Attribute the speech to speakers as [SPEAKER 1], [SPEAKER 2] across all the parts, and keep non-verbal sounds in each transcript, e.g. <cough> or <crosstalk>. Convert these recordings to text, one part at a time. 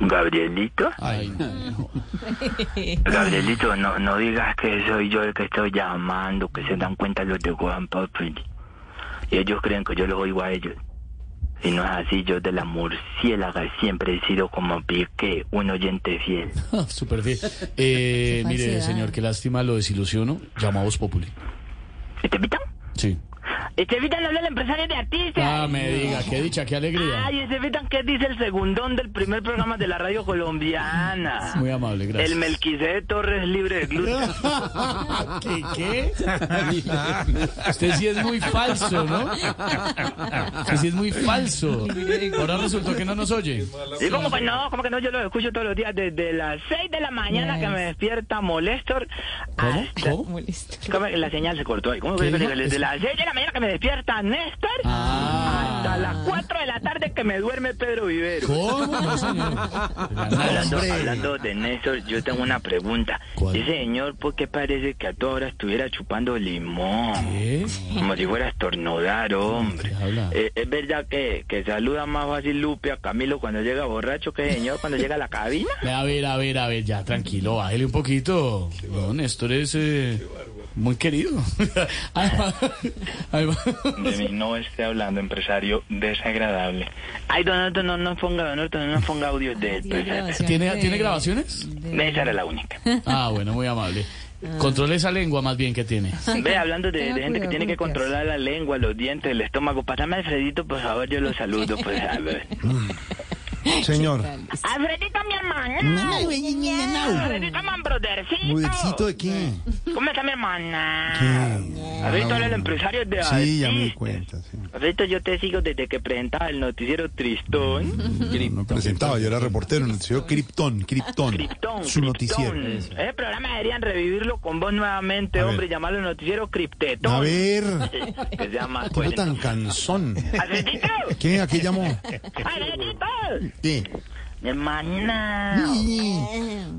[SPEAKER 1] Gabrielito.
[SPEAKER 2] Ay, no.
[SPEAKER 1] Gabrielito, no, no digas que soy yo el que estoy llamando, que se dan cuenta los de Juan Populi. Y ellos creen que yo los oigo a ellos. Y no es así, yo de la murciélaga siempre he sido como Piqué, un oyente fiel.
[SPEAKER 2] <laughs> Súper bien. Eh,
[SPEAKER 3] <laughs> Qué
[SPEAKER 2] mire,
[SPEAKER 3] falsedad.
[SPEAKER 2] señor, qué lástima, lo desilusiono. Llama a Voz Populi.
[SPEAKER 1] ¿Estevita?
[SPEAKER 2] Sí.
[SPEAKER 1] Estevita le habla el empresario de artistas.
[SPEAKER 2] Ah, me diga, qué dicha, qué alegría.
[SPEAKER 1] Ay, Estevita, ¿qué dice el segundón del primer programa de la radio colombiana?
[SPEAKER 2] Muy amable,
[SPEAKER 1] El
[SPEAKER 2] gracias.
[SPEAKER 1] Melquisede Torres libre de gluten.
[SPEAKER 2] <laughs> ¿Qué, qué? Usted sí es muy falso, ¿no? Usted sí es muy falso. Ahora resultó que no nos oye.
[SPEAKER 1] Y como que no, como que no, yo los escucho todos los días desde las 6 de la mañana que me despierta Molestor.
[SPEAKER 2] ¿Cómo?
[SPEAKER 1] hasta-
[SPEAKER 2] ¿Cómo?
[SPEAKER 1] ¿Cómo? La señal se cortó ahí. ¿Cómo que
[SPEAKER 2] ¿Qué dijo?
[SPEAKER 1] desde las 6 de la mañana que me despierta Néstor
[SPEAKER 2] Ah.
[SPEAKER 1] hasta las 4 de la tarde que me duerme Pedro Vivero.
[SPEAKER 2] ¿Cómo? No, señor.
[SPEAKER 1] Hablando, hablando de Néstor, yo tengo una pregunta.
[SPEAKER 2] ¿Cuál?
[SPEAKER 1] Ese señor, ¿por qué parece que a toda hora estuviera chupando limón?
[SPEAKER 2] ¿Qué?
[SPEAKER 1] Como si fuera a estornudar, hombre.
[SPEAKER 2] ¿Qué habla?
[SPEAKER 1] Eh, es verdad que, que saluda más fácil Lupe a Camilo cuando llega borracho que el señor cuando llega a la cabina.
[SPEAKER 2] A ver, a ver, a ver, ya, tranquilo, bájele un poquito. No, Néstor es eh, muy querido. <laughs> Además- además-
[SPEAKER 4] De mí no esté hablando, empresario desagradable.
[SPEAKER 1] Ay, don Orto, no nos ponga, don Orto, no nos ponga audios de él. pues,
[SPEAKER 2] ¿Tiene, ¿Tiene grabaciones?
[SPEAKER 1] eh, Esa era la
[SPEAKER 3] <laughs>
[SPEAKER 1] única.
[SPEAKER 2] Ah, bueno, muy amable.
[SPEAKER 3] Ah.
[SPEAKER 2] Controle esa lengua más bien que tiene.
[SPEAKER 1] Ve, hablando de,
[SPEAKER 3] Tenga
[SPEAKER 1] de gente que
[SPEAKER 3] Ah,
[SPEAKER 1] tiene
[SPEAKER 3] cuidado con
[SPEAKER 1] que
[SPEAKER 3] lo que hace.
[SPEAKER 1] controlar la lengua, los dientes, el estómago. Pásame a Alfredito, por favor, yo lo saludo. Pues, a ver.
[SPEAKER 5] Señor.
[SPEAKER 1] <laughs> Alfredito, mi hermano. Alfredito, mi brodercito.
[SPEAKER 5] ¿Mudercito de qué?
[SPEAKER 1] ¿Cómo está mi
[SPEAKER 5] ¿Qué?
[SPEAKER 1] hermana? Alfredito, habla el empresario de
[SPEAKER 5] Sí, ya me di
[SPEAKER 1] artistas.
[SPEAKER 5] cuenta. Sí.
[SPEAKER 1] Alfredito, yo te sigo desde que presentaba el noticiero Tristón.
[SPEAKER 5] No me presentaba, yo era reportero, noticiero Krypton, Krypton.
[SPEAKER 1] Tristón,
[SPEAKER 5] Su noticiero.
[SPEAKER 1] Criptón. Ese programa deberían revivirlo con vos nuevamente,
[SPEAKER 5] A ver.
[SPEAKER 1] hombre, y llamarlo noticiero Criptetón.
[SPEAKER 5] A ver,
[SPEAKER 1] Sí, que sea más
[SPEAKER 5] ¿qué fue
[SPEAKER 1] coherente.
[SPEAKER 5] tan cansón?
[SPEAKER 1] ¡Alfredito!
[SPEAKER 5] ¿Qué? ¿A qué llamó?
[SPEAKER 1] ¡Alfredito!
[SPEAKER 5] ¿Qué?
[SPEAKER 1] Mi hermana.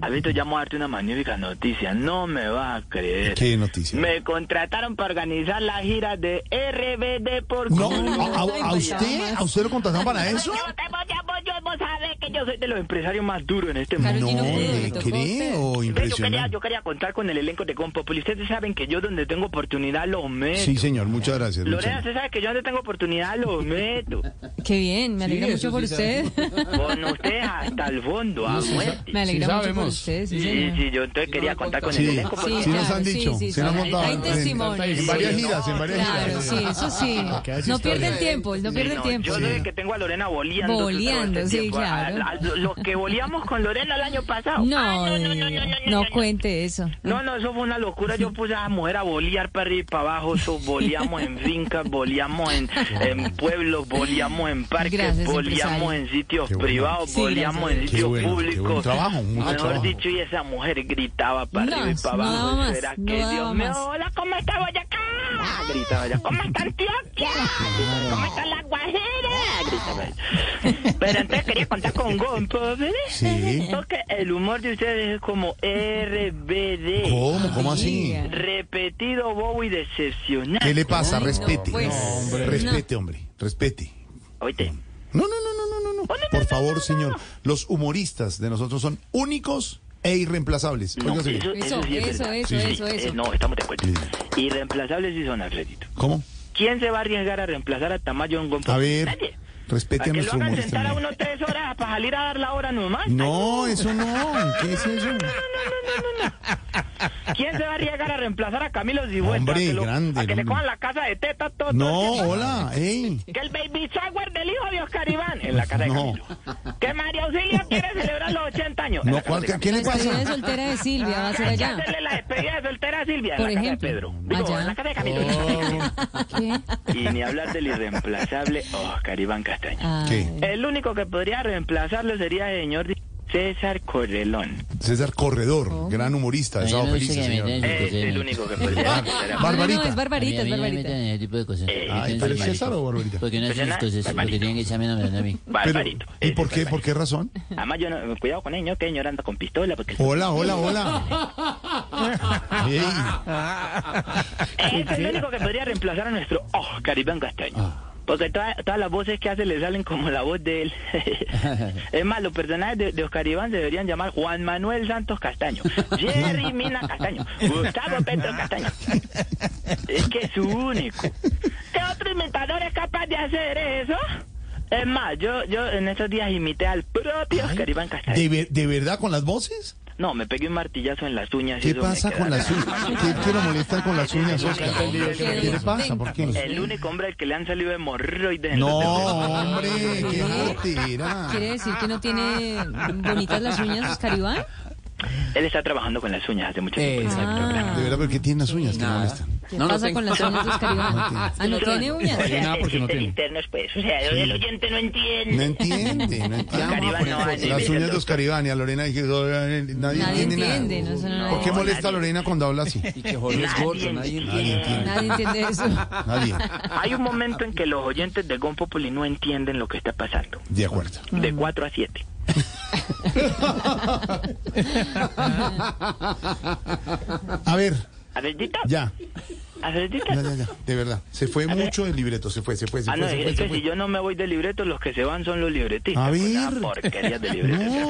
[SPEAKER 1] Alfredito, llamo a darte una magnífica noticia. No me vas a creer.
[SPEAKER 5] ¿Qué noticia?
[SPEAKER 1] Me contrataron para organizar la gira de RBD por
[SPEAKER 5] No,
[SPEAKER 1] Colombia.
[SPEAKER 5] a, a- a usted, a usted lo contrataron para eso?
[SPEAKER 1] Yo te voy a- vos- yo- vos sabés que yo soy de los empresarios más duros en este mundo.
[SPEAKER 3] Claro, Gino,
[SPEAKER 5] No,
[SPEAKER 3] ¿qué?
[SPEAKER 5] le
[SPEAKER 3] ¿Tocó a
[SPEAKER 5] creo,
[SPEAKER 1] Ve, Yo quería,
[SPEAKER 5] impresionante.
[SPEAKER 1] yo quería contar con el elenco de Compopoli. Ustedes saben que yo donde tengo oportunidad lo meto.
[SPEAKER 5] Sí, señor, muchas gracias. muchas
[SPEAKER 1] Lorena,
[SPEAKER 5] gracias.
[SPEAKER 1] usted sabe que yo donde tengo oportunidad lo meto.
[SPEAKER 3] Qué bien, me alegra
[SPEAKER 2] Sí, eso
[SPEAKER 3] mucho por
[SPEAKER 2] sí
[SPEAKER 3] usted.
[SPEAKER 1] Con ustedes hasta el fondo, a muerte.
[SPEAKER 3] <laughs> me alegra
[SPEAKER 2] Sí
[SPEAKER 3] mucho por
[SPEAKER 2] sabemos.
[SPEAKER 3] usted, sí,
[SPEAKER 1] Sí,
[SPEAKER 3] señor.
[SPEAKER 1] sí, yo entonces quería contar con el
[SPEAKER 5] Sí,
[SPEAKER 1] elenco.
[SPEAKER 3] Sí,
[SPEAKER 5] sí nos
[SPEAKER 3] claro,
[SPEAKER 5] han
[SPEAKER 3] sí,
[SPEAKER 5] dicho,
[SPEAKER 3] sí,
[SPEAKER 5] se nos
[SPEAKER 3] sí.
[SPEAKER 5] han montado
[SPEAKER 3] Hay
[SPEAKER 5] en-
[SPEAKER 3] testimonios.
[SPEAKER 5] En varias giras, en varias
[SPEAKER 3] Claro,
[SPEAKER 5] giras.
[SPEAKER 3] sí, eso sí.
[SPEAKER 2] Porque a veces
[SPEAKER 3] No
[SPEAKER 2] está
[SPEAKER 3] pierden
[SPEAKER 2] bien.
[SPEAKER 3] tiempo, no
[SPEAKER 1] Sí,
[SPEAKER 3] pierden
[SPEAKER 1] no,
[SPEAKER 3] tiempo.
[SPEAKER 1] Yo desde que tengo a Lorena boleando. todo
[SPEAKER 3] Boleando,
[SPEAKER 1] este
[SPEAKER 3] sí,
[SPEAKER 1] tiempo. A-
[SPEAKER 3] claro.
[SPEAKER 1] a- a- lo- lo que boleamos con Lorena el año pasado.
[SPEAKER 3] No,
[SPEAKER 1] Ay,
[SPEAKER 3] no, no cuente eso.
[SPEAKER 1] No, no, eso fue una locura. Yo puse a la mujer a bolear para arriba y para abajo. Eso, boleamos en fincas, boleamos en, en pueblos, boleamos en parques,
[SPEAKER 3] Gracias,
[SPEAKER 1] boleamos
[SPEAKER 3] empresario.
[SPEAKER 1] en sitios
[SPEAKER 5] Qué bueno.
[SPEAKER 1] privados,
[SPEAKER 3] Sí,
[SPEAKER 1] boleamos
[SPEAKER 3] gracias.
[SPEAKER 1] en
[SPEAKER 5] Qué
[SPEAKER 1] sitios
[SPEAKER 5] bueno, qué
[SPEAKER 1] públicos.
[SPEAKER 5] buen trabajo, mucho
[SPEAKER 1] Mejor
[SPEAKER 5] trabajo.
[SPEAKER 1] dicho, y esa mujer gritaba para
[SPEAKER 3] No,
[SPEAKER 1] arriba y para
[SPEAKER 3] no
[SPEAKER 1] abajo.
[SPEAKER 3] daba
[SPEAKER 1] Eso era
[SPEAKER 3] más,
[SPEAKER 1] que
[SPEAKER 3] no daba
[SPEAKER 1] Dios mío,
[SPEAKER 3] más.
[SPEAKER 1] hola, ¿cómo está Boyacá? Gritaba ella, ¿cómo está Antioquia? ¿Cómo está la Guajira? Gritaba ella. Pero entonces quería contar
[SPEAKER 5] <laughs>
[SPEAKER 1] con Gompo, ¿verdad?
[SPEAKER 5] Sí.
[SPEAKER 1] Porque el humor de ustedes es como RBD.
[SPEAKER 5] ¿Cómo? ¿Cómo así?
[SPEAKER 3] Diga.
[SPEAKER 1] Repetido, bobo y decepcionante.
[SPEAKER 5] ¿Qué le pasa?
[SPEAKER 3] Ay, no,
[SPEAKER 5] Respete.
[SPEAKER 3] pues,
[SPEAKER 5] No, hombre.
[SPEAKER 3] no.
[SPEAKER 5] Respete, hombre. Respete.
[SPEAKER 1] Oíste.
[SPEAKER 5] No, no, no, no, Oh, no, no, no. Por favor, señor. Los humoristas de nosotros son únicos e irreemplazables.
[SPEAKER 1] No,
[SPEAKER 5] Óigase bien.
[SPEAKER 1] eso, eso, sí es
[SPEAKER 3] Eso,
[SPEAKER 1] verdad.
[SPEAKER 3] eso,
[SPEAKER 1] Sí,
[SPEAKER 3] eso,
[SPEAKER 1] sí.
[SPEAKER 3] eso.
[SPEAKER 1] Eh, no, estamos de acuerdo.
[SPEAKER 5] Sí.
[SPEAKER 1] Irreemplazables sí son, Alfredito.
[SPEAKER 5] ¿Cómo?
[SPEAKER 1] ¿Quién se va a arriesgar a reemplazar a Tamayo en Gompo?
[SPEAKER 5] A ver,
[SPEAKER 1] Nadie. A
[SPEAKER 5] respete a
[SPEAKER 1] que lo
[SPEAKER 5] nuestro
[SPEAKER 1] hagan sentar a
[SPEAKER 5] humorista.
[SPEAKER 1] uno tres horas para salir a dar la hora nomás.
[SPEAKER 5] No, eso no. ¿Qué es eso?
[SPEAKER 1] ¿Quién se va a arriesgar a reemplazar a
[SPEAKER 5] <laughs>
[SPEAKER 1] Camilo Cifuentes?
[SPEAKER 5] Hombre,
[SPEAKER 1] a que, lo-
[SPEAKER 5] grande,
[SPEAKER 1] a que le
[SPEAKER 5] hombre.
[SPEAKER 1] cojan la casa de teta todo.
[SPEAKER 5] No,
[SPEAKER 1] todo el tiempo.
[SPEAKER 5] hola. Ey.
[SPEAKER 1] Que el baby shower del hijo de Oscar Iván en la casa de
[SPEAKER 5] No.
[SPEAKER 1] Camilo. Que María Auxilia quiere celebrar los 80 años. en
[SPEAKER 5] No,
[SPEAKER 1] la casa
[SPEAKER 5] ¿cuál-
[SPEAKER 1] de
[SPEAKER 5] ¿qué,
[SPEAKER 1] Camilo.
[SPEAKER 5] qué le
[SPEAKER 3] La despedida de
[SPEAKER 5] pasa?
[SPEAKER 3] soltera de Silvia va a ser
[SPEAKER 1] Hay que <laughs>
[SPEAKER 3] allá.
[SPEAKER 1] hacerle la despedida de soltera a Silvia
[SPEAKER 3] Por
[SPEAKER 1] en la casa
[SPEAKER 3] ejemplo,
[SPEAKER 1] de Pedro. Digo,
[SPEAKER 3] allá.
[SPEAKER 1] en la casa de Camilo.
[SPEAKER 6] Oh.
[SPEAKER 5] Oh.
[SPEAKER 1] Y ni hablar del irreemplazable Oscar Iván Castaño.
[SPEAKER 6] Ah,
[SPEAKER 3] Ay.
[SPEAKER 1] El único que podría reemplazarlo sería el señor César Correlón.
[SPEAKER 5] César Corredor, gran humorista de
[SPEAKER 6] Ay,
[SPEAKER 5] Sábado
[SPEAKER 6] no sé
[SPEAKER 5] Feliz,
[SPEAKER 6] qué me
[SPEAKER 5] señor.
[SPEAKER 6] den.
[SPEAKER 1] Ese Es el único que
[SPEAKER 6] Ah,
[SPEAKER 1] podría reemplazarlo.
[SPEAKER 3] Ah, No, no,
[SPEAKER 5] Barbarita.
[SPEAKER 3] no, es barbarita,
[SPEAKER 6] A
[SPEAKER 3] es
[SPEAKER 6] mí a mí no me metan
[SPEAKER 3] barbarita.
[SPEAKER 6] en ese tipo de cosas.
[SPEAKER 5] Ay, pero es César o Barbarita.
[SPEAKER 6] Porque no hacen
[SPEAKER 1] Pero
[SPEAKER 6] las
[SPEAKER 1] no,
[SPEAKER 6] cosas, porque
[SPEAKER 1] Eh, Barbarito.
[SPEAKER 6] tienen que echarme nombrando a mí.
[SPEAKER 5] Pero,
[SPEAKER 1] Barbarito.
[SPEAKER 5] ¿Y
[SPEAKER 1] ese
[SPEAKER 5] por qué?
[SPEAKER 1] es
[SPEAKER 5] ¿Por qué razón?
[SPEAKER 1] Barbarito. Además, yo no, cuidado con el niño que el señor anda con pistola. porque
[SPEAKER 5] Hola, hola, hola.
[SPEAKER 1] <laughs>
[SPEAKER 5] Ey.
[SPEAKER 6] Ah.
[SPEAKER 1] Ese es el único que podría reemplazar a nuestro Oscar Iván Castaño. Porque toda- todas las voces que hace le salen como la voz de él.
[SPEAKER 6] <laughs>
[SPEAKER 1] es más, los personajes de, de Oscar Iván se deberían llamar Juan Manuel Santos Castaño, Jerry Mina Castaño, Gustavo Petro Castaño. Es que es único. ¿Qué otro inventador es capaz de hacer eso? Es más, yo, yo en estos días imité al propio Oscar Iván Castaño.
[SPEAKER 5] ¿De, ver- de verdad con las voces?
[SPEAKER 1] No, me pegué un martillazo en las uñas. y
[SPEAKER 5] ¿Qué
[SPEAKER 1] eso me
[SPEAKER 5] pasa
[SPEAKER 1] queda
[SPEAKER 5] con las
[SPEAKER 1] acá.
[SPEAKER 5] uñas? ¿Qué, qué lo molestan con las uñas, Oscar? ¿Qué le pasa? ¿Por qué?
[SPEAKER 1] El único hombre al que le han salido hemorroides. en
[SPEAKER 5] No,
[SPEAKER 1] los dedos.
[SPEAKER 5] hombre, qué mentira.
[SPEAKER 3] ¿Quiere decir que no tiene bonitas las uñas Oscar Iván?
[SPEAKER 1] Él está trabajando con las uñas hace mucho tiempo.
[SPEAKER 6] Exacto,
[SPEAKER 3] Ah.
[SPEAKER 5] De verdad, porque tiene las uñas que
[SPEAKER 6] Nada.
[SPEAKER 5] molestan.
[SPEAKER 3] ¿Qué
[SPEAKER 6] No, no
[SPEAKER 3] pasa
[SPEAKER 6] tengo.
[SPEAKER 3] con las uñas de Oscar Iván?
[SPEAKER 5] No tiene.
[SPEAKER 3] Ah, no tiene uñas.
[SPEAKER 1] O sea,
[SPEAKER 2] nada porque
[SPEAKER 1] <laughs>
[SPEAKER 2] no
[SPEAKER 1] chistes
[SPEAKER 2] tiene.
[SPEAKER 1] internos, pues. O sea, el oyente no entiende.
[SPEAKER 5] No entiende, no entiende.
[SPEAKER 1] Oscar Iván no vale.
[SPEAKER 5] Las uñas de Oscar Iván y a Lorena dije, "No, eh, nadie,
[SPEAKER 3] Nadie
[SPEAKER 5] entiende nada".
[SPEAKER 3] entiende, no, eso no-
[SPEAKER 5] ¿Por qué molesta a
[SPEAKER 1] nadie.
[SPEAKER 5] Lorena cuando habla así?
[SPEAKER 6] Y que Jorge es gordo, nadie
[SPEAKER 5] Nadie
[SPEAKER 6] entiende.
[SPEAKER 5] entiende,
[SPEAKER 3] Nadie entiende <laughs> eso.
[SPEAKER 5] nadie.
[SPEAKER 1] Hay un momento en que los oyentes de Gompopoli no entienden lo que está pasando.
[SPEAKER 5] De acuerdo.
[SPEAKER 1] De 4 a 7.
[SPEAKER 5] A ver,
[SPEAKER 1] ¿Albertito?
[SPEAKER 5] ya,
[SPEAKER 1] ¿Albertito?
[SPEAKER 5] ya, ya, ya, de verdad. Se fue mucho el libreto, se fue, se fue, se
[SPEAKER 1] Ah, no,
[SPEAKER 5] fue, se fue.
[SPEAKER 1] es
[SPEAKER 5] se
[SPEAKER 1] que
[SPEAKER 5] fue.
[SPEAKER 1] si yo no me voy de libreto, los que se van son los libretistas.
[SPEAKER 5] A
[SPEAKER 1] pues,
[SPEAKER 5] ver.
[SPEAKER 1] nada, porquerías de libretos.
[SPEAKER 5] <laughs>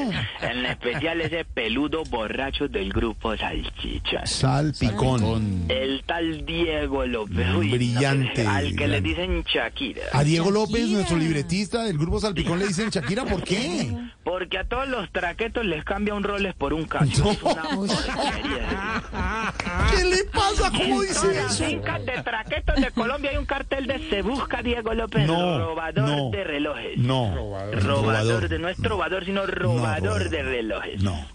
[SPEAKER 5] No.
[SPEAKER 1] En especial ese peludo borracho del grupo Salchichas.
[SPEAKER 5] Salpicón.
[SPEAKER 1] El tal Diego López. Uy, no, pues,
[SPEAKER 5] Brillante,
[SPEAKER 1] al que le
[SPEAKER 5] brillante.
[SPEAKER 1] dicen Shakira.
[SPEAKER 5] A Diego López,
[SPEAKER 3] Shakira.
[SPEAKER 5] nuestro libretista del grupo Salpicón, le dicen Shakira, ¿por qué?
[SPEAKER 1] Porque a todos los traquetos les cambia un roles por un cacho. Es una porquería.
[SPEAKER 5] ¿Qué le pasa? ¿Cómo
[SPEAKER 1] En
[SPEAKER 5] dice
[SPEAKER 1] las
[SPEAKER 5] eso?
[SPEAKER 1] fincas de traquetos de Colombia hay un cartel de Se busca Diego López,
[SPEAKER 5] No,
[SPEAKER 1] robador
[SPEAKER 5] no,
[SPEAKER 1] de relojes.
[SPEAKER 5] No,
[SPEAKER 1] Robador de, no es trovador, sino robador
[SPEAKER 5] robador.
[SPEAKER 1] de relojes.
[SPEAKER 5] No.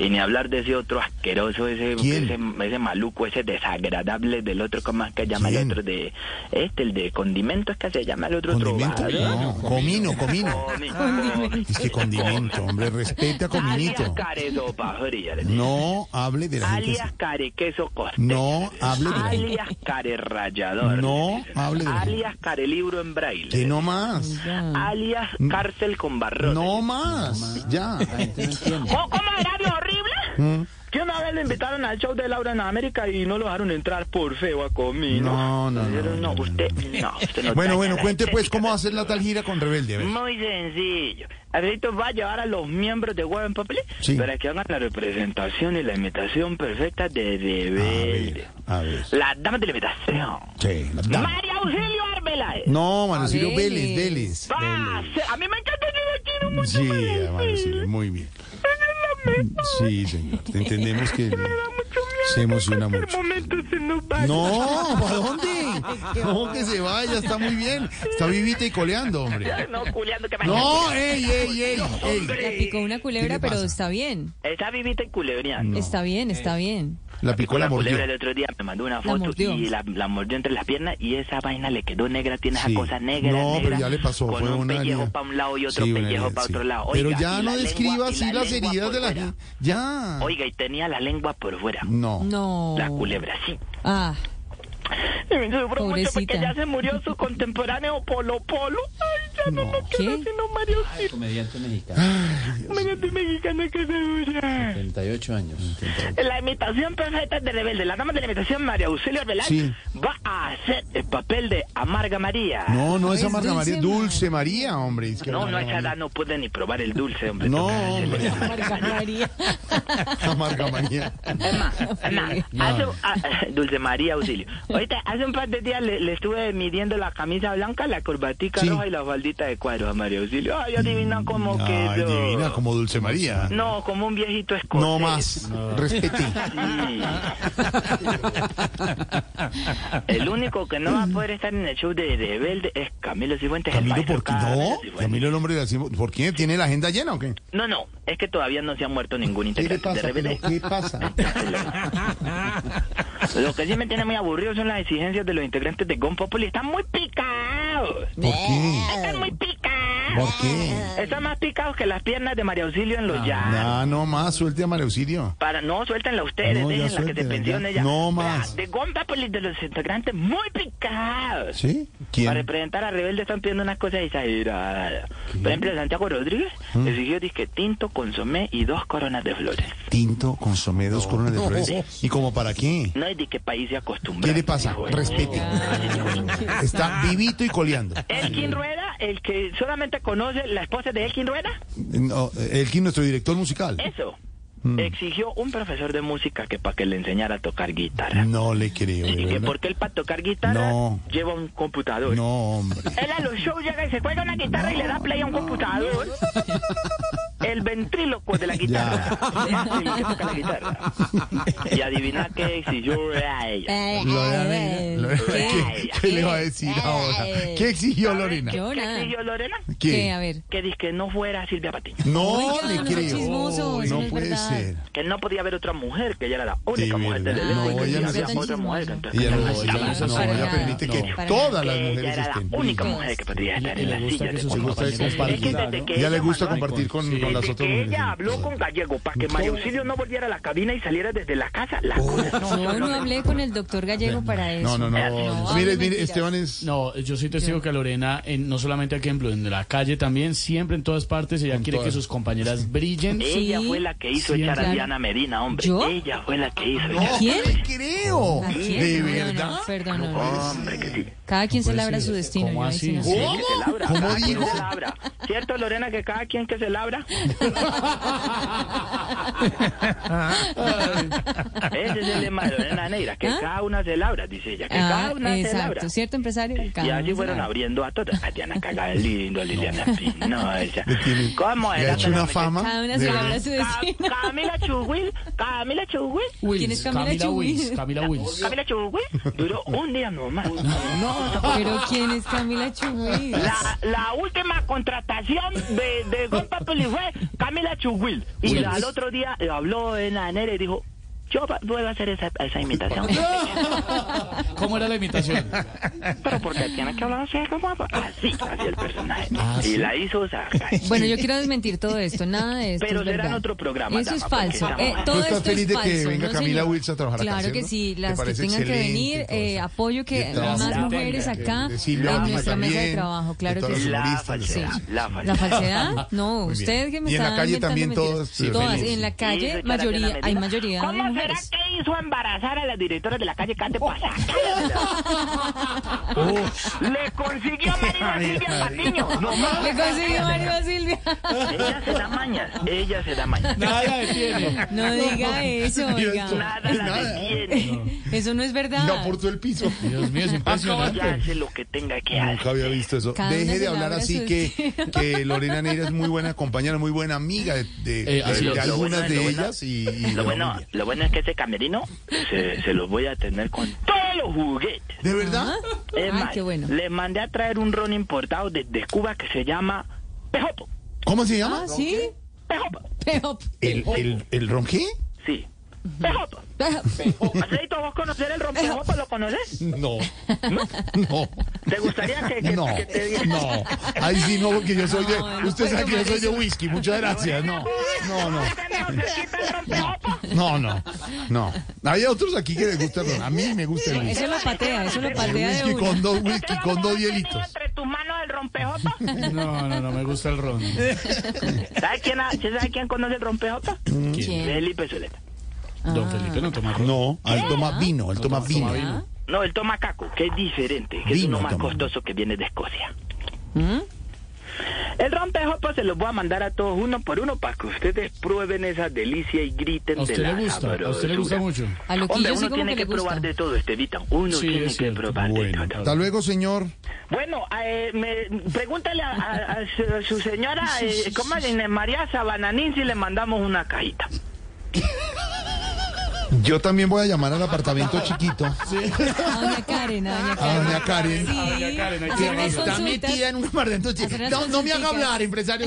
[SPEAKER 1] Y ni hablar de ese otro asqueroso, ese,
[SPEAKER 5] ¿Quién?
[SPEAKER 1] ese, ese maluco, ese desagradable del otro, ¿cómo es que llama
[SPEAKER 5] ¿Quién?
[SPEAKER 1] el otro? de Este, el de condimentos, que se llama el otro
[SPEAKER 5] ¿Condimento?
[SPEAKER 1] trovador?
[SPEAKER 5] No, comino, comino.
[SPEAKER 1] Comi- comi-
[SPEAKER 5] Es que condimento, hombre, respete a cominito.
[SPEAKER 1] Alias caresopa, joder, le digo.
[SPEAKER 5] No hable de la gente.
[SPEAKER 1] Alias carequeso costeño.
[SPEAKER 5] No hable de la gente.
[SPEAKER 1] Alias care rayador.
[SPEAKER 5] No hable de la gente.
[SPEAKER 1] Alias care libro en braille.
[SPEAKER 5] Que no más.
[SPEAKER 1] Alias cárcel con barrotes.
[SPEAKER 5] Mm. No más. Ya. Mm.
[SPEAKER 1] ¿Cómo, cómo era de horrible? Que una vez lo invitaron al show de Laura en América y no lo dejaron entrar por feo a conmigo.
[SPEAKER 5] No, no, no,
[SPEAKER 1] Dijeron,
[SPEAKER 5] no, no,
[SPEAKER 1] usted, no, usted no
[SPEAKER 5] Bueno,
[SPEAKER 1] daña
[SPEAKER 5] bueno,
[SPEAKER 1] la
[SPEAKER 5] cuente pues
[SPEAKER 1] estética
[SPEAKER 5] cómo
[SPEAKER 1] de-
[SPEAKER 5] va a ser la tal gira con Rebelde. A ver.
[SPEAKER 1] Muy sencillo. Alfredito va a llevar a los miembros de Web Populi
[SPEAKER 5] Sí.
[SPEAKER 1] para que hagan la representación y la imitación perfecta de Rebelde.
[SPEAKER 5] A ver.
[SPEAKER 1] Las damas de la imitación.
[SPEAKER 5] Sí, la dama.
[SPEAKER 1] María Auxilio Arbeláez.
[SPEAKER 5] No, Manocilio Vélez,
[SPEAKER 3] Vélez.
[SPEAKER 5] Vélez.
[SPEAKER 1] Ah, se- A mí me encanta ese chino mucho.
[SPEAKER 5] Sí, Manocilio, muy bien. Sí, señor. Te entendemos que se emociona
[SPEAKER 1] Por
[SPEAKER 5] mucho.
[SPEAKER 1] momentos se nos va.
[SPEAKER 5] No, ¿para dónde? No, que se vaya, está muy bien. Está vivita y coleando, hombre.
[SPEAKER 1] No, culeando que me
[SPEAKER 5] No, eh. ey, ey, ey, ey.
[SPEAKER 3] La picó una
[SPEAKER 5] le
[SPEAKER 3] culebra,
[SPEAKER 5] pasa?
[SPEAKER 3] pero está bien.
[SPEAKER 1] Está vivita y culebreando.
[SPEAKER 3] Está bien, está bien.
[SPEAKER 5] La picó la mordió.
[SPEAKER 1] culebra el otro día me mandó una foto
[SPEAKER 3] mordió.
[SPEAKER 1] y la, la mordió entre las piernas y esa vaina le quedó negra, tiene
[SPEAKER 5] Sí.
[SPEAKER 1] esa cosa negra.
[SPEAKER 5] No, pero
[SPEAKER 1] negra,
[SPEAKER 5] ya le pasó,
[SPEAKER 1] Con
[SPEAKER 5] fue
[SPEAKER 1] un
[SPEAKER 5] una herida.
[SPEAKER 1] pellejo para un lado y otro
[SPEAKER 5] Sí, una
[SPEAKER 1] pellejo
[SPEAKER 5] herida,
[SPEAKER 1] para
[SPEAKER 5] sí.
[SPEAKER 1] otro lado.
[SPEAKER 5] Pero
[SPEAKER 1] Oiga,
[SPEAKER 5] ya
[SPEAKER 1] y
[SPEAKER 5] no
[SPEAKER 1] la
[SPEAKER 5] describa
[SPEAKER 1] lengua- y
[SPEAKER 5] así las
[SPEAKER 1] lengua
[SPEAKER 5] heridas
[SPEAKER 1] por
[SPEAKER 5] de la
[SPEAKER 1] fuera.
[SPEAKER 5] gente. Ya.
[SPEAKER 1] Oiga, y tenía la lengua por fuera.
[SPEAKER 5] No.
[SPEAKER 3] No.
[SPEAKER 1] La culebra, sí.
[SPEAKER 3] Ah,
[SPEAKER 1] Y me sufro mucho porque
[SPEAKER 3] Pobrecita.
[SPEAKER 1] ya se murió su contemporáneo Polo Polo. Ay, ya no, me queda
[SPEAKER 3] ¿Qué?
[SPEAKER 1] sino Mario Silva.
[SPEAKER 6] Ah, Comediante mexicano,
[SPEAKER 1] Mario Silva mexicano que se murió.
[SPEAKER 6] 38 años.
[SPEAKER 1] La imitación perfecta de Rebelde, la dama de la imitación María Auxilio Arbeláez
[SPEAKER 5] Sí.
[SPEAKER 1] va a hacer el papel de Amarga María.
[SPEAKER 5] No, no, esa
[SPEAKER 3] Es
[SPEAKER 5] Marta María,
[SPEAKER 3] Dulce
[SPEAKER 5] Dulce María, hombre. es que
[SPEAKER 1] No, no, a esa
[SPEAKER 5] Marta
[SPEAKER 1] edad no puede ni probar el dulce, hombre.
[SPEAKER 5] No,
[SPEAKER 1] Toca hacerle
[SPEAKER 5] hombre. <laughs>
[SPEAKER 1] la marca.
[SPEAKER 3] María.
[SPEAKER 5] María. Marta María.
[SPEAKER 1] Nah, hace- ah, <laughs> dulce María Auxilio. Ahorita, hace un par de días le, le estuve midiendo la camisa blanca, la corbatica
[SPEAKER 5] Sí.
[SPEAKER 1] roja y la faldita de cuadro a María Auxilio. Ay, adivina cómo
[SPEAKER 5] Ay,
[SPEAKER 1] quedó.
[SPEAKER 5] divina, como Dulce María.
[SPEAKER 1] No, como un viejito escocés.
[SPEAKER 5] No más. Respete.
[SPEAKER 1] <laughs> Sí. El único que no va a poder estar en el show de Rebelde es Camilo Cifuentes. el
[SPEAKER 5] Camilo,
[SPEAKER 1] maestro
[SPEAKER 5] ¿por qué
[SPEAKER 1] Camilo
[SPEAKER 5] no?
[SPEAKER 1] Cifuentes.
[SPEAKER 5] Camilo, el hombre de la cima- ¿Por qué? ¿Tiene la agenda llena o qué?
[SPEAKER 1] No, no, es que todavía no se ha muerto ningún
[SPEAKER 5] ¿Qué le
[SPEAKER 1] integrante de
[SPEAKER 5] pasa?
[SPEAKER 1] Rebelde.
[SPEAKER 5] ¿Pero
[SPEAKER 1] <laughs>
[SPEAKER 5] ¿Qué pasa?
[SPEAKER 1] Lo que sí me tiene muy aburrido son las exigencias de los integrantes de Gon Populi. Están muy picados.
[SPEAKER 5] ¿Por qué?
[SPEAKER 1] Están muy picados.
[SPEAKER 5] ¿Por qué?
[SPEAKER 1] Están más picados que las piernas de María Auxilio en los ya.
[SPEAKER 5] Ah, No, no más, suelte a María Auxilio.
[SPEAKER 1] Para, no, suéltenla ustedes,
[SPEAKER 5] No, ya
[SPEAKER 1] déjenla que se
[SPEAKER 5] suéltenla,
[SPEAKER 1] pensione
[SPEAKER 5] ya.
[SPEAKER 1] ya.
[SPEAKER 5] No más.
[SPEAKER 1] De Gómez de los integrantes muy picados.
[SPEAKER 5] ¿Sí? ¿Quién?
[SPEAKER 1] Para representar a Rebelde están pidiendo unas cosas exageradas. Por ejemplo, Santiago Rodríguez
[SPEAKER 5] Mm.
[SPEAKER 1] exigió disque tinto, consomé y dos coronas de flores.
[SPEAKER 5] Tinto, consomé, dos coronas de flores. ¿Y como para qué?
[SPEAKER 1] No es de qué país se acostumbra.
[SPEAKER 5] ¿Qué le pasa?
[SPEAKER 1] dijo él.
[SPEAKER 5] Respete. Está vivito y coleando.
[SPEAKER 1] Elkin Rueda, el que solamente conoce la esposa de Elkin Rueda,
[SPEAKER 5] No, Elkin, nuestro director musical.
[SPEAKER 1] eso.
[SPEAKER 5] Mm.
[SPEAKER 1] Exigió un profesor de música que para que le enseñara a tocar guitarra.
[SPEAKER 5] No le creo, de
[SPEAKER 1] Y que
[SPEAKER 5] verdad.
[SPEAKER 1] porque él para tocar guitarra
[SPEAKER 5] No.
[SPEAKER 1] lleva un computador.
[SPEAKER 5] No, hombre.
[SPEAKER 1] Él a los shows llega y se cuelga una guitarra y le da play a un computador. El ventríloco de la guitarra. El que toca la guitarra. <laughs> Y adivina qué exigió a
[SPEAKER 3] Eh,
[SPEAKER 1] ella.
[SPEAKER 5] Lorena, Lorena, Eh, ¿qué, qué le va a decir ahora? ¿Qué exigió Lorena?
[SPEAKER 3] Yo
[SPEAKER 1] ¿Qué
[SPEAKER 3] nada.
[SPEAKER 1] exigió Lorena?
[SPEAKER 3] ¿Qué? A
[SPEAKER 5] ¿Qué?
[SPEAKER 3] ver.
[SPEAKER 1] Que dice que no fuera Silvia Patiño.
[SPEAKER 5] No
[SPEAKER 3] Oiga,
[SPEAKER 5] le
[SPEAKER 3] no son
[SPEAKER 5] creo.
[SPEAKER 3] chismosos, eso no
[SPEAKER 5] No
[SPEAKER 3] es
[SPEAKER 5] puede
[SPEAKER 3] verdad.
[SPEAKER 5] ser.
[SPEAKER 1] Que no podía haber otra mujer, que ella era la única
[SPEAKER 5] Sí,
[SPEAKER 1] mujer
[SPEAKER 5] verdad.
[SPEAKER 1] del elenco.
[SPEAKER 5] No,
[SPEAKER 1] y que
[SPEAKER 5] ella no
[SPEAKER 1] había
[SPEAKER 5] es
[SPEAKER 1] otra
[SPEAKER 3] así.
[SPEAKER 1] mujer. que entonces
[SPEAKER 5] Ella
[SPEAKER 1] ella
[SPEAKER 5] no,
[SPEAKER 1] no
[SPEAKER 5] ella no,
[SPEAKER 1] estaba.
[SPEAKER 5] no,
[SPEAKER 3] para
[SPEAKER 5] ella
[SPEAKER 3] nada,
[SPEAKER 5] permite
[SPEAKER 3] no,
[SPEAKER 5] que
[SPEAKER 3] para
[SPEAKER 5] todas
[SPEAKER 3] nada.
[SPEAKER 5] las
[SPEAKER 1] Que ella
[SPEAKER 5] mujeres
[SPEAKER 1] era la
[SPEAKER 5] estén.
[SPEAKER 1] única
[SPEAKER 3] Sí.
[SPEAKER 1] mujer que podía estar en la silla de
[SPEAKER 5] sus
[SPEAKER 1] compañeros.
[SPEAKER 5] compañeros
[SPEAKER 1] Es que
[SPEAKER 5] compartan.
[SPEAKER 1] desde que
[SPEAKER 5] Ya le
[SPEAKER 1] ella mandó
[SPEAKER 5] gusta
[SPEAKER 1] a-
[SPEAKER 5] compartir con con las
[SPEAKER 1] Desde que
[SPEAKER 5] otras mujeres.
[SPEAKER 1] ella habló con Gallego para que María Auxilio no volviera a la cabina y saliera desde la casa, la cosa no,
[SPEAKER 3] Yo no hablé con el doctor Gallego para eso.
[SPEAKER 5] No, no, no.
[SPEAKER 3] No,
[SPEAKER 5] Mire,
[SPEAKER 3] hable
[SPEAKER 5] mire,
[SPEAKER 3] mentiras.
[SPEAKER 5] Esteban es.
[SPEAKER 2] No, yo soy testigo que a Lorena, en, no solamente aquí en Blue, en la calle también, siempre en todas partes, ella quiere que
[SPEAKER 5] todas.
[SPEAKER 2] sus compañeras brillen.
[SPEAKER 1] Ella
[SPEAKER 3] Sí,
[SPEAKER 1] fue la que hizo
[SPEAKER 2] sí,
[SPEAKER 1] echar a
[SPEAKER 3] claro.
[SPEAKER 1] Diana Medina, hombre.
[SPEAKER 3] ¿Yo?
[SPEAKER 1] Ella fue la que hizo echar.
[SPEAKER 5] No
[SPEAKER 3] ¿Quién?
[SPEAKER 5] le creo.
[SPEAKER 3] ¿A quién?
[SPEAKER 5] De
[SPEAKER 3] No, no, no,
[SPEAKER 5] verdad.
[SPEAKER 3] perdón, no, no.
[SPEAKER 1] Hombre, que sí.
[SPEAKER 3] Cada quien se labra su destino.
[SPEAKER 2] ¿Cómo
[SPEAKER 3] yo ahí
[SPEAKER 2] así?
[SPEAKER 3] sí no sé. <laughs>
[SPEAKER 1] Sí, que se labra.
[SPEAKER 5] ¿Cómo
[SPEAKER 1] Cada quien
[SPEAKER 5] dijo?
[SPEAKER 1] se labra. ¿Cierto, Lorena, que cada quien que se labra? <laughs> Ese
[SPEAKER 5] Ah.
[SPEAKER 1] es el lema de Lorena Neira, que
[SPEAKER 3] ¿Ah?
[SPEAKER 1] cada una se labra, dice ella, que cada
[SPEAKER 3] Ah,
[SPEAKER 1] una se labra.
[SPEAKER 3] exacto, ¿cierto, empresario?
[SPEAKER 1] Y
[SPEAKER 3] Cada
[SPEAKER 1] así
[SPEAKER 3] uno
[SPEAKER 1] fueron
[SPEAKER 3] sabe.
[SPEAKER 1] abriendo a todas. A Diana Cagalindo, a Liliana Espinosa.
[SPEAKER 5] tiene-
[SPEAKER 1] ¿Cómo
[SPEAKER 5] Le ha
[SPEAKER 1] era?
[SPEAKER 5] hecho una
[SPEAKER 1] Ca-
[SPEAKER 5] fama.
[SPEAKER 3] Cada una
[SPEAKER 5] de
[SPEAKER 3] se
[SPEAKER 5] verdad.
[SPEAKER 3] labra su
[SPEAKER 1] Ca-
[SPEAKER 3] destino.
[SPEAKER 1] Camila Chuguil, Camila Chuguil.
[SPEAKER 2] Wills,
[SPEAKER 3] ¿Quién es Camila Chuy?
[SPEAKER 2] Wills, Camila
[SPEAKER 3] <laughs>
[SPEAKER 2] Wills.
[SPEAKER 1] Camila Chuguil duró un día nomás.
[SPEAKER 3] Pero ¿quién es Camila Chubí?
[SPEAKER 1] La, la última contratación de, de Gol Populi fue Camila Chuguil. Y la- al otro día eh, habló en la nera y dijo, yo va- vuelvo a hacer esa, esa imitación.
[SPEAKER 2] ¿Cómo era la imitación?
[SPEAKER 1] Pero porque tiene que hablar así, como así, así el personaje.
[SPEAKER 2] Ah,
[SPEAKER 1] Y
[SPEAKER 2] ¿sí?
[SPEAKER 1] la hizo sacar.
[SPEAKER 3] Bueno, yo quiero desmentir todo esto, nada de esto.
[SPEAKER 1] Pero
[SPEAKER 3] es
[SPEAKER 1] será en
[SPEAKER 3] verdad.
[SPEAKER 1] otro programa,
[SPEAKER 3] Eso es
[SPEAKER 1] dama, porque
[SPEAKER 3] falso.
[SPEAKER 1] estamos-
[SPEAKER 3] eh,
[SPEAKER 5] ¿Tú
[SPEAKER 3] todo
[SPEAKER 5] estás
[SPEAKER 3] esto
[SPEAKER 5] feliz
[SPEAKER 3] es
[SPEAKER 5] de
[SPEAKER 3] falso.
[SPEAKER 5] que venga
[SPEAKER 3] ¿no,
[SPEAKER 5] Camila
[SPEAKER 3] señor?
[SPEAKER 5] Wills a trabajar acá?
[SPEAKER 3] Claro que
[SPEAKER 5] ¿cierto?
[SPEAKER 3] sí,
[SPEAKER 5] ¿Te
[SPEAKER 3] las que
[SPEAKER 5] parece
[SPEAKER 3] tengan que
[SPEAKER 5] excelente y
[SPEAKER 3] venir,
[SPEAKER 5] todo
[SPEAKER 3] eh,
[SPEAKER 5] eso?
[SPEAKER 3] apoyo
[SPEAKER 5] Que
[SPEAKER 3] que
[SPEAKER 5] trabaje
[SPEAKER 3] más
[SPEAKER 1] acá,
[SPEAKER 3] mujeres
[SPEAKER 1] que-
[SPEAKER 3] acá
[SPEAKER 5] que Silvia
[SPEAKER 3] en
[SPEAKER 5] Ama
[SPEAKER 3] nuestra mesa de
[SPEAKER 5] también,
[SPEAKER 3] trabajo, claro
[SPEAKER 5] de
[SPEAKER 3] que
[SPEAKER 5] todos
[SPEAKER 3] sí.
[SPEAKER 5] los
[SPEAKER 1] La
[SPEAKER 5] humoristas,
[SPEAKER 1] falsedad,
[SPEAKER 5] sí.
[SPEAKER 1] la falsedad.
[SPEAKER 3] La
[SPEAKER 5] <laughs>
[SPEAKER 3] falsedad, no,
[SPEAKER 5] bien.
[SPEAKER 3] usted que me
[SPEAKER 5] Y en la
[SPEAKER 3] está
[SPEAKER 5] calle
[SPEAKER 3] inventando
[SPEAKER 5] también
[SPEAKER 3] mentiras.
[SPEAKER 5] todas, sí,
[SPEAKER 3] todas,
[SPEAKER 5] felices.
[SPEAKER 3] en la
[SPEAKER 1] Y eso
[SPEAKER 3] calle
[SPEAKER 1] es para Diana
[SPEAKER 3] mayoría,
[SPEAKER 1] Medina.
[SPEAKER 3] hay mayoría de
[SPEAKER 1] ¿Cómo
[SPEAKER 3] mujeres. Oh.
[SPEAKER 1] será que hizo embarazar a la directora de la calle Cate Pasada? Le consiguió marido a Silvia Patiño. No
[SPEAKER 3] <laughs>
[SPEAKER 1] más.
[SPEAKER 3] Le consiguió Mario a Silvia.
[SPEAKER 1] Ella se da mañas. Ella se da mañas.
[SPEAKER 2] Nada la detiene.
[SPEAKER 3] No
[SPEAKER 5] <laughs>
[SPEAKER 3] diga eso, oiga.
[SPEAKER 1] Nada la detiene.
[SPEAKER 3] Eso no es verdad.
[SPEAKER 5] No, por todo el piso.
[SPEAKER 2] Dios mío, es impresionante.
[SPEAKER 1] Ya hace lo que tenga que
[SPEAKER 5] Nunca
[SPEAKER 1] hacer.
[SPEAKER 5] había visto eso.
[SPEAKER 3] Cada una
[SPEAKER 5] Deje
[SPEAKER 3] se
[SPEAKER 5] de
[SPEAKER 3] la
[SPEAKER 5] hablar
[SPEAKER 3] abre
[SPEAKER 5] así
[SPEAKER 3] su
[SPEAKER 5] que,
[SPEAKER 3] estilo.
[SPEAKER 5] que Lorena Neira es muy buena compañera, muy buena amiga de, de-
[SPEAKER 2] Eh, así
[SPEAKER 5] de
[SPEAKER 2] es. Lo
[SPEAKER 5] algunas
[SPEAKER 1] bueno,
[SPEAKER 5] de
[SPEAKER 1] lo bueno.
[SPEAKER 5] ellas y, y
[SPEAKER 1] Lo
[SPEAKER 5] de
[SPEAKER 1] bueno,
[SPEAKER 5] familia.
[SPEAKER 1] lo bueno es que ese camerino se, se los voy a tener con todos los juguetes.
[SPEAKER 5] ¿De verdad?
[SPEAKER 3] ¿Ah?
[SPEAKER 1] Es
[SPEAKER 3] Ay,
[SPEAKER 1] más,
[SPEAKER 3] qué bueno.
[SPEAKER 1] les mandé a traer un ron importado desde Cuba que se llama Pejopo.
[SPEAKER 5] ¿Cómo se llama?
[SPEAKER 3] Ah, sí.
[SPEAKER 1] Pejopo.
[SPEAKER 3] Pero.
[SPEAKER 5] ¿El, el, el ron qué?
[SPEAKER 1] Sí. Pejopo. Aceito, ¿vos conocer el rompejopo? ¿Lo conoces?
[SPEAKER 5] No. <laughs> No.
[SPEAKER 1] ¿Te gustaría que, que-
[SPEAKER 5] No.
[SPEAKER 1] que te diera?
[SPEAKER 5] No. Ahí sí no, porque yo soy de.
[SPEAKER 3] No, pues no
[SPEAKER 5] Usted
[SPEAKER 3] puede
[SPEAKER 5] sabe que yo soy
[SPEAKER 3] comer
[SPEAKER 5] de
[SPEAKER 3] eso.
[SPEAKER 5] whisky. Muchas gracias. No. No, no.
[SPEAKER 1] ¿Tenemos cerquita el rompejopo?
[SPEAKER 5] No, no. No. Hay otros aquí que les gusta el ron. A mí me gusta el whisky.
[SPEAKER 3] Eso lo patea, eso lo
[SPEAKER 5] El
[SPEAKER 3] patea de
[SPEAKER 5] whisky
[SPEAKER 3] uno.
[SPEAKER 5] con dos,
[SPEAKER 1] ¿Te
[SPEAKER 5] whisky
[SPEAKER 1] vas a
[SPEAKER 5] con dos
[SPEAKER 1] poner
[SPEAKER 5] hielitos.
[SPEAKER 1] entre tus manos el rompejopo?
[SPEAKER 2] No, no, no, me gusta el ron.
[SPEAKER 1] ¿Sabes quién, ha- sí sabe quién conoce el rompejopo?
[SPEAKER 5] Mm.
[SPEAKER 3] ¿Quién?
[SPEAKER 1] Felipe Zuleta.
[SPEAKER 2] Don Felipe no toma ron.
[SPEAKER 5] No, él toma vino, él toma vino.
[SPEAKER 3] ¿Ah?
[SPEAKER 1] No, el toma caco, que es diferente, que es
[SPEAKER 5] Vino
[SPEAKER 1] uno más
[SPEAKER 5] toma.
[SPEAKER 1] costoso que viene de Escocia.
[SPEAKER 3] ¿Mm?
[SPEAKER 1] El rompejopo se los voy a mandar a todos uno por uno para que ustedes prueben esa delicia y griten
[SPEAKER 2] ¿A usted
[SPEAKER 1] de la
[SPEAKER 2] le gusta? ¿A usted le gusta
[SPEAKER 1] sabrosura.
[SPEAKER 2] mucho?
[SPEAKER 3] A lo que
[SPEAKER 1] Hombre,
[SPEAKER 3] yo
[SPEAKER 1] uno
[SPEAKER 3] sí como
[SPEAKER 1] tiene
[SPEAKER 3] que
[SPEAKER 1] que
[SPEAKER 3] le
[SPEAKER 1] probar
[SPEAKER 3] gusta.
[SPEAKER 1] de todo, Estevita. Uno
[SPEAKER 2] Sí,
[SPEAKER 1] tiene
[SPEAKER 2] es
[SPEAKER 1] que
[SPEAKER 2] cierto.
[SPEAKER 1] probar
[SPEAKER 5] Bueno,
[SPEAKER 1] de todo.
[SPEAKER 5] hasta luego, señor.
[SPEAKER 1] Bueno, eh, me- pregúntale a, a- a su, a su señora, eh, ¿cómo es Inés María Sabananín si le mandamos una cajita?
[SPEAKER 5] Yo también voy a llamar al apartamento chiquito.
[SPEAKER 3] A doña Karen, a doña
[SPEAKER 5] A
[SPEAKER 3] Karen.
[SPEAKER 5] doña Karen.
[SPEAKER 3] Sí,
[SPEAKER 2] doña Karen, hay que
[SPEAKER 3] hacer unas
[SPEAKER 2] llamarla.
[SPEAKER 3] consultas.
[SPEAKER 5] en un apartamento
[SPEAKER 3] Hacer unas No, no me haga consulticas. hablar,
[SPEAKER 5] empresario.